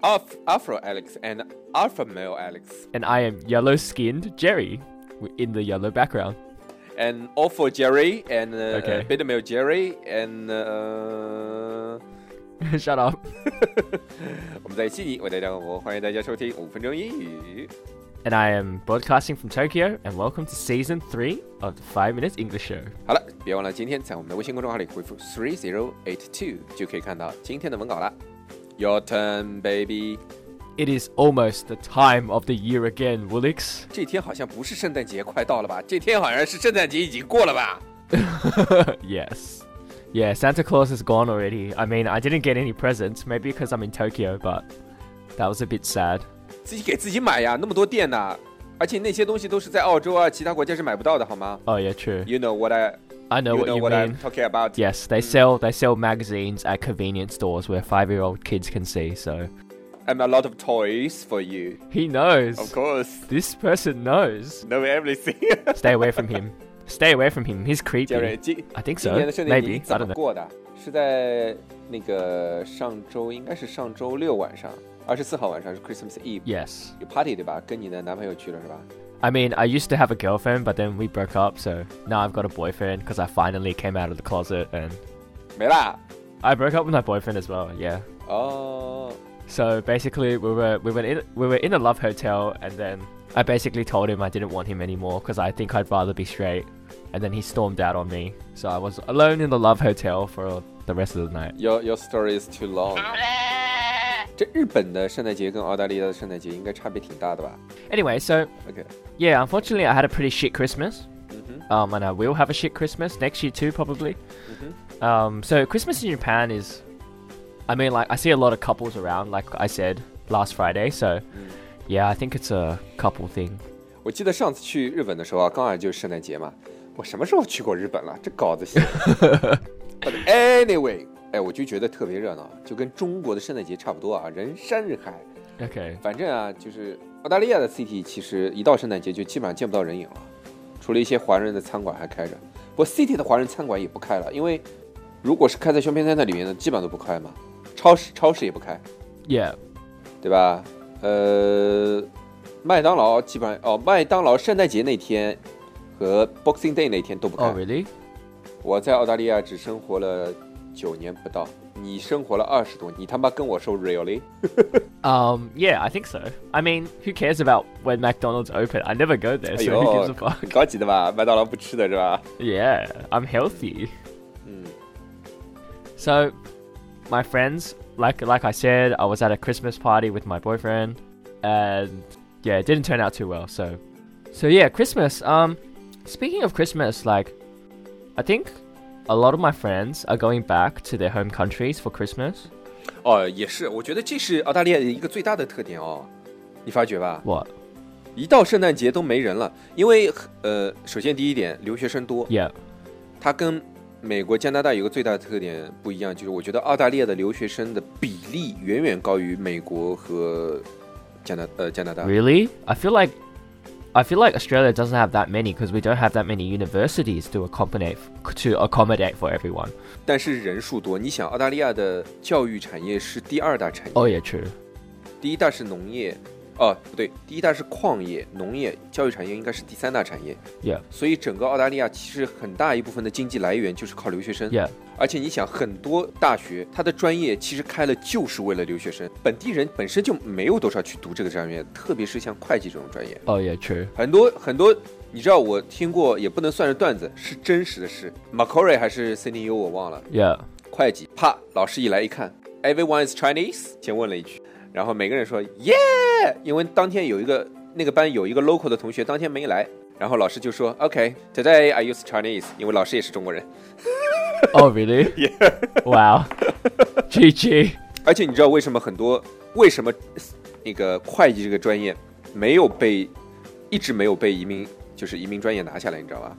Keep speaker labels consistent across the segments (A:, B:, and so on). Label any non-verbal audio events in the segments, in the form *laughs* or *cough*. A: Af Afro Alex and Alpha Male Alex。
B: and I am yellow skinned Jerry w- in the yellow background. *laughs*
A: and awful Jerry and uh,
B: Okay.
A: uh, bitter male Jerry and uh,
B: Shut up.
A: 我们在悉尼，我在中国，欢迎大家收听五分钟英语。
B: And I am broadcasting from Tokyo, and welcome to season three of the Five Minutes English Show.
A: 好了，别忘了今天在我们的微信公众号里回复 three zero eight two 就可以看到今天的文稿了。Your turn, baby。
B: It is almost the time of the year again, Woolix.
A: 这天好像不是圣诞节快到了吧？这天好像是圣诞节已经过了吧？
B: *laughs* yes. Yeah, Santa Claus is gone already. I mean, I didn't get any presents, maybe because I'm in Tokyo, but that was a bit sad.
A: 自己给自己买呀，那么多店呐、而且那些东西都是在澳洲啊，其他国家是买不到的，好吗
B: Oh, yeah, true.
A: ？You know what I,
B: I know
A: you
B: what
A: know
B: you
A: what I'm
B: mean.
A: talking about.
B: Yes, they sell they sell magazines at convenience stores where five year old kids can see. So
A: I'm a lot of toys for you.
B: he knows.
A: Of course,
B: This person knows.
A: know everything. *laughs*
B: Stay away from him. Stay away from him. He's creepy.
A: 杰瑞，今
B: I think
A: 今
B: so.
A: 年的圣诞节你
B: Maybe. I
A: 怎
B: don't
A: 么
B: know.
A: 过的？是在那个上周，应该是上周六晚上，二十四号晚上是 Christmas Eve，
B: Yes.
A: 有 party 对吧？跟你的男朋友去了是吧？
B: I mean, I used to have a girlfriend, but then we broke up, so now I've got a boyfriend because I finally came out of the closet and
A: 没啦。
B: I broke up with my boyfriend as well. Yeah.
A: 哦，
B: So basically, we were we were in we were in a love hotel, and then I basically told him I didn't want him anymore because I think I'd rather be straight. And then he stormed out on me, so I was alone in the love hotel for the rest of the night.
A: Your your story is too long。这日本的圣诞节跟澳大利亚的圣诞节应该差别挺大的吧
B: Anyway, so
A: ？OK，
B: Yeah, unfortunately, I had a pretty shit Christmas.
A: 嗯哼，
B: Um, and I will have a shit Christmas next year too, probably. Um, so Christmas in Japan is, I mean, like I see a lot of couples around, like I said last Friday. So, yeah, I think it's a couple thing.
A: 我记得上次去日本的时候啊，刚好就是圣诞节嘛。我什么时候去过日本了？这稿子写的。But anyway，哎，我就觉得特别热闹，就跟中国的圣诞节差不多啊，人山人海。
B: Okay.
A: 反正啊，就是澳大利亚的 City 其实一到圣诞节就基本上见不到人影了，除了一些华人的餐馆还开着。不过 City 的华人餐馆也不开了，因为如果是开在 shopping center 里面的，基本上都不开嘛。超市超市也不开，
B: Yeah.
A: 对吧？呃，麦当劳基本上哦，麦当劳圣诞节那天和 Boxing Day 那天都不开。
B: Oh, really?
A: 我在澳大利亚只生活了九年不到，你生活了二十多，你他妈跟我说 really？
B: Um, yeah, I think so. I mean, who cares about when McDonald's open? I never go there,
A: 哎
B: so who
A: 呦
B: gives a，fuck? *laughs*
A: 很高级的吧？麦当劳不吃的是吧？
B: Yeah, I'm healthy.
A: Mm.
B: So, my friends, like like I said, I was at a Christmas party with my boyfriend, and yeah, it didn't turn out too well. So, so yeah, Christmas. Um, speaking of Christmas, like, I think a lot of my friends are going back to their home countries for Christmas.
A: 哦，也是，我觉得这是澳大利亚的一个最大的特点哦，你发觉吧？
B: What?
A: 一到圣诞节都没人了，因为呃，首先第一点，留学生多，
B: Yeah.
A: 它跟美国、加拿大有个最大的特点不一样，就是我觉得澳大利亚的留学生的比例远远高于美国和加拿呃加拿大。
B: Really? I feel like. I feel like Australia doesn't have that many because we don't have that many universities to accommodate to accommodate for everyone.
A: 但是人数多，你想，澳大利亚的教育产业是第二大产业，
B: Oh yeah, true.
A: 第一大是农业，哦不对，第一大是矿业、农业，教育产业应该是第三大产业。
B: Yeah.
A: 所以整个澳大利亚其实很大一部分的经济来源就是靠留学生。
B: Yeah.
A: 而且你想，很多大学它的专业其实开了就是为了留学生，本地人本身就没有多少去读这个专业，特别是像会计这种专业，
B: Oh yeah, true.
A: 很多很多。你知道我听过，也不能算是段子，是真实的事。Macquarie 还是 CNU 我忘了，
B: Yeah.
A: 会计，啪，老师一来一看，Everyone is Chinese，先问了一句，然后每个人说 Yeah，因为当天有一个那个班有一个 local 的同学当天没来，然后老师就说 OK today I use Chinese，因为老师也是中国人。
B: *laughs* Oh, *laughs* really?
A: Yeah.
B: Wow. *laughs* GG.
A: 而且你知道为什么很多为什么那个会计这个专业没有被一直没有被移民就是移民专业拿下来，你知道吧？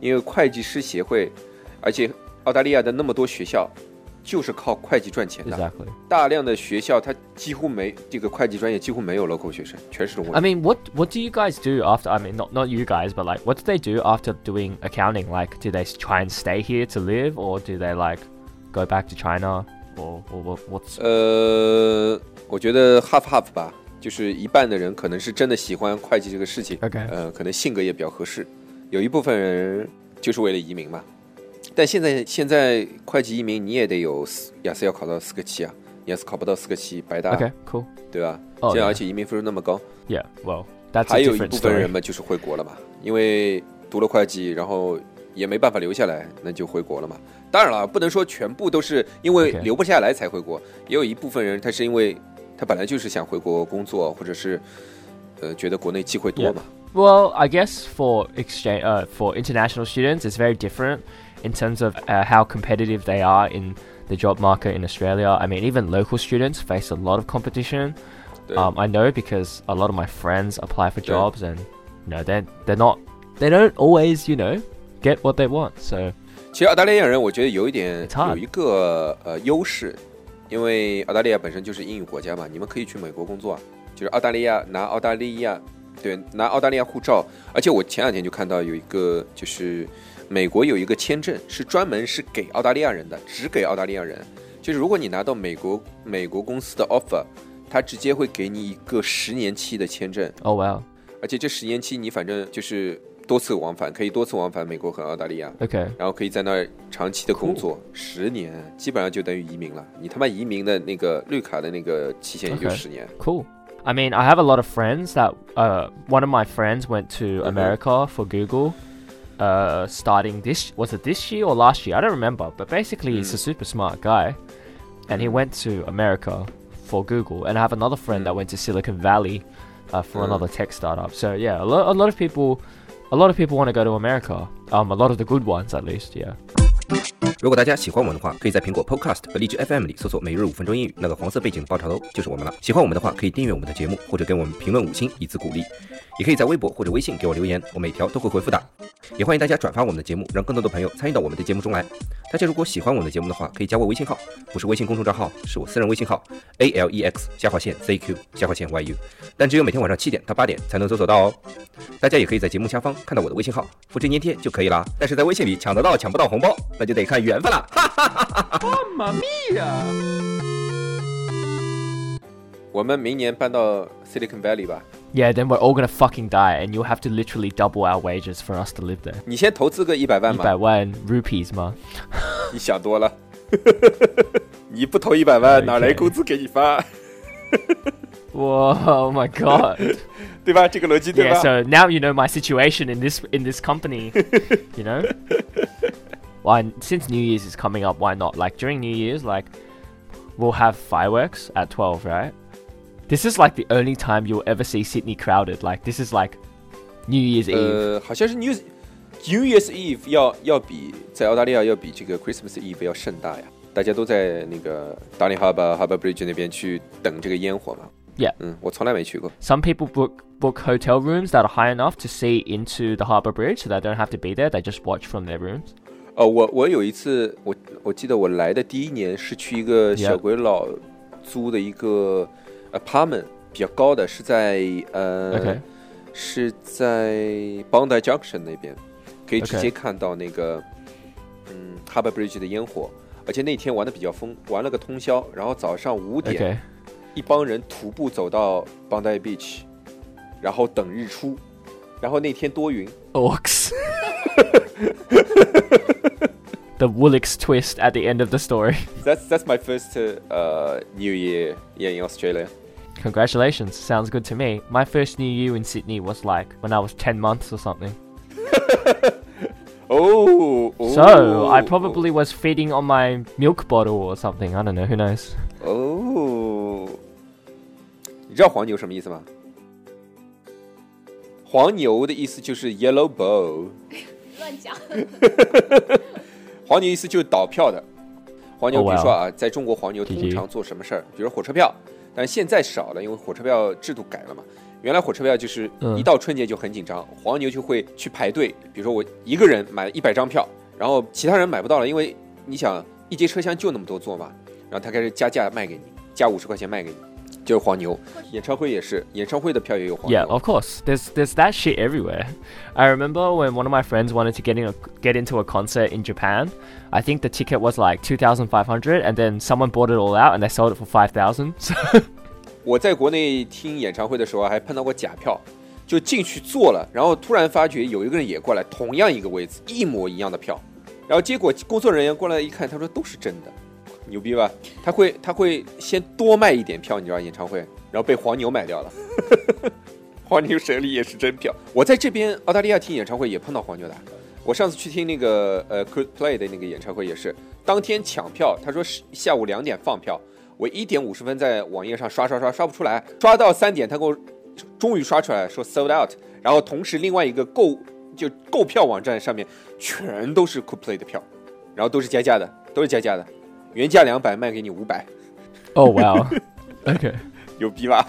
A: 因为会计师协会，而且澳大利亚的那么多学校就是靠会计赚钱的，
B: Exactly.
A: 大量的学校它几乎没这个会计专业几乎没有 local 学生，全是中国
B: I
A: 人。
B: mean, what what do you guys do after? I mean, not not you guys, but like, what do they do after doing accounting? Like, do they s- try and stay here to live, or do they like go back to China, or, or what, what's?
A: 呃，我觉得 half half 吧，就是一半的人可能是真的喜欢会计这个事情，
B: OK，
A: 呃，可能性格也比较合适。有一部分人就是为了移民嘛，但现在现在会计移民你也得有四雅思要考到四个七啊，雅思考不到四个七白搭
B: Okay, cool.
A: 对吧？
B: Oh,
A: 现在
B: yeah.
A: 而且移民分数那么高，
B: Yeah, well, that's
A: 还
B: a
A: 有一
B: different
A: 部分
B: story.
A: 人嘛就是回国了嘛，因为读了会计，然后也没办法留下来，那就回国了嘛。当然了，不能说全部都是因为
B: Okay.
A: 留不下来才回国，也有一部分人他是因为他本来就是想回国工作，或者是呃觉得国内机会多
B: Yeah.
A: 嘛。
B: Well, I guess for exchange uh, for international students, it's very different in terms of uh, how competitive they are in the job market in Australia. I mean, even local students face a lot of competition.
A: 对
B: Um, I know because a lot of my friends apply for jobs, and you know they they're not they don't always you know get what they want. So
A: 其实澳大利亚人我觉得有一点
B: It's hard.
A: 有一个呃优势，因为澳大利亚本身就是英语国家嘛，你们可以去美国工作啊，就是澳大利亚拿澳大利亚对拿澳大利亚护照，而且我前两天就看到有一个就是美国有一个签证是专门是给澳大利亚人的，只给澳大利亚人，就是如果你拿到美国美国公司的 offer，他直接会给你一个十年期的签证，
B: oh wow,
A: 而且这十年期你反正就是多次往返，可以多次往返美国和澳大利亚。
B: okay,
A: 然后可以在那儿长期的工作，十年，基本上就等于移民了。你他妈移民的那个绿卡的那个期限也就
B: OK
A: 十年。
B: cool. I mean, I have a lot of friends that uh, one of my friends went to
A: Mhm.
B: America for Google. Uh, starting this was it this year or last year? I don't remember. But basically, he's a super smart guy, and he went to America for Google. And I have another friend that went to Silicon Valley uh, for
A: Mm.
B: another tech startup. So yeah, a, lo- a lot of people, a lot of people want to go to America. Um, a lot of the good ones at least. Yeah.
C: 如果大家喜欢我们的话，可以在苹果 Podcast 和荔枝 FM 里搜索“每日五分钟英语”，那个黄色背景的爆炒头就是我们了。喜欢我们的话，可以订阅我们的节目，或者给我们评论五星以资鼓励。也可以在微博或者微信给我留言，我每条都会回复的。也欢迎大家转发我们的节目，让更多的朋友参与到我们的节目中来。大家如果喜欢我们的节目的话，可以加我微信号，不是微信公众账号，是我私人微信号 a l e x 下划线 z q 下划线 y u，但只有每天晚上七点到八点才能搜索到哦。大家也可以在节目下方看到我的微信号，复制粘贴就可以了。但是在微信里抢得到抢不到红包，那就得看缘分了。
A: 我们明年搬到 Silicon Valley 吧。
B: Yeah, then we're all gonna fucking die, and you'll have to literally double our wages for us to live there.
A: 你先投资个一百万吧，
B: 100,000 rupees, ma.
A: 你想多了。 *laughs* 你不投一百万，哪来工资给你发？ *laughs*
B: Whoa, oh my god.
A: 对吧？这个逻辑对
B: yeah,
A: 吧？
B: so now you know my situation in this in this company, you know? Why since New Year's is coming up, why not? Like during New Year's, like we'll have fireworks at 12, right? This is like the only time you'll ever see Sydney crowded. Like this is like New Year's
A: Uh.
B: Eve.
A: 呃，好像是 New New Year's Eve 要要比在澳大利亚要比这个 Christmas Eve 要盛大呀。大家都在那个 Darling Harbour Harbour Bridge 那边去等这个烟火嘛。
B: Yeah
A: 嗯，我从来没去过。
B: Some people book book hotel rooms that are high enough to see into the harbour bridge, so they don't have to be there. They just watch from their rooms.
A: 哦，我我有一次，我我记得我来的第一年是去一个
B: Yeah.
A: 小鬼佬租的一个 apartment，比较高的，是在呃
B: Okay.
A: 是在 Bondi Junction 那边，可以直
B: Okay.
A: 接看到那个嗯 Harbour Bridge 的烟火，而且那天玩的比较疯，玩了个通宵，然后早上五点
B: Okay.
A: 一帮人徒步走到 Bondi Beach，然后等日出，然后那天多云， *laughs*
B: Orcs. *laughs* the Woolix twist at the end of the story. *laughs*
A: That's that's my first uh New Year yeah in Australia.
B: Congratulations, sounds good to me. My first New Year in Sydney was like when I was 10 months or something.
A: Oh, oh
B: So I probably was feeding on my milk bottle or something. I don't know, who knows?
A: 哦 oh. 你知道黄牛什么意思吗？黄牛的意思就是 yellow bull，
D: 乱讲。
A: 黄牛意思就是倒票的。黄牛，
B: Oh,
A: 比
B: wow.
A: 如说啊，在中国黄牛
B: GG
A: 通常做什么事儿？比如火车票，但是现在少了，因为火车票制度改了嘛。原来火车票就是
B: 嗯
A: 一到春节就很紧张，黄牛就会去排队。比如说我一个人买一百张票，然后其他人买不到了，因为你想一节车厢就那么多座嘛，然后他开始加价卖给你，加五十块钱卖给你，就是黄牛。演唱会也是，演唱会的票也有黄牛。
B: Yeah, of course. There's there's that shit everywhere. I remember when one of my friends wanted to get in a, get into a concert in Japan. I think the ticket was like two thousand five hundred, and then someone bought it all out and they sold it for five thousand. *laughs* So
A: 我在国内听演唱会的时候啊还碰到过假票，就进去坐了，然后突然发觉有一个人也过来，同样一个位置，一模一样的票，然后结果工作人员过来一看，他说都是真的，牛逼吧？ *laughs* 他会他会先多卖一点票，你知道演唱会，然后被黄牛买掉了。黄牛手里也是真票。我在这边澳大利亚听演唱会也碰到黄牛的。我上次去听那个呃 Cold Play 的那个演唱会也是，当天抢票，他说是下午两点放票，我一点五十分在网页上刷刷刷刷不出来，刷到三点，他给我终于刷出来说 sold out，然后同时另外一个购就购票网站上面全都是 Coldplay 的票，然后都是加价的，都是加价的，原价两百卖给你五百，
B: oh wow. okay.
A: 牛逼吧？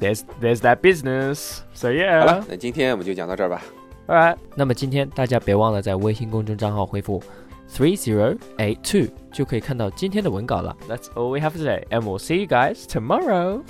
B: There's there's that business. So
A: 好
B: yeah.
A: 了，那今天我们就讲到这儿吧。
B: Alright，那么今天大家别忘了在微信公众账号回复 three zero eight two 就可以看到今天的文稿了。That's all we have today, and we'll see you guys tomorrow.